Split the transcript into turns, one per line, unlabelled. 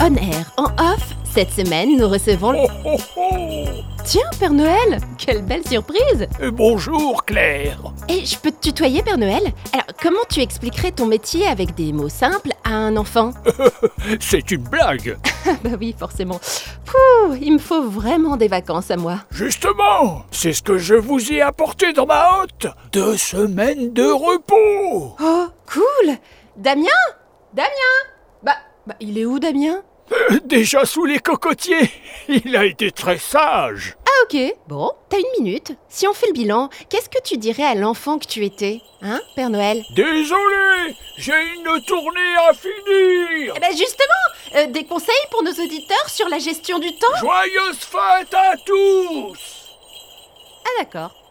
On Air en off, cette semaine nous recevons... le-
Oh, oh, oh.
Tiens, Père Noël Quelle belle surprise
Euh, Bonjour Claire.
Et je peux te tutoyer, Père Noël Alors, comment tu expliquerais ton métier avec des mots simples à un enfant
C'est une blague.
Ah Bah oui, forcément. Pouh, il me faut vraiment des vacances à moi.
Justement, c'est ce que je vous ai apporté dans ma hotte. Deux semaines de repos.
Oh, cool Damien Damien bah, bah, il est où, Damien
Euh, Déjà sous les cocotiers. Il a été très sage.
Ah ok, bon, t'as une minute. Si on fait le bilan, qu'est-ce que tu dirais à l'enfant que tu étais Hein, Père Noël
Désolé, j'ai une tournée à finir.
Eh ben justement, euh, des conseils pour nos auditeurs sur la gestion du temps
Joyeuses fêtes à tous.
Ah d'accord.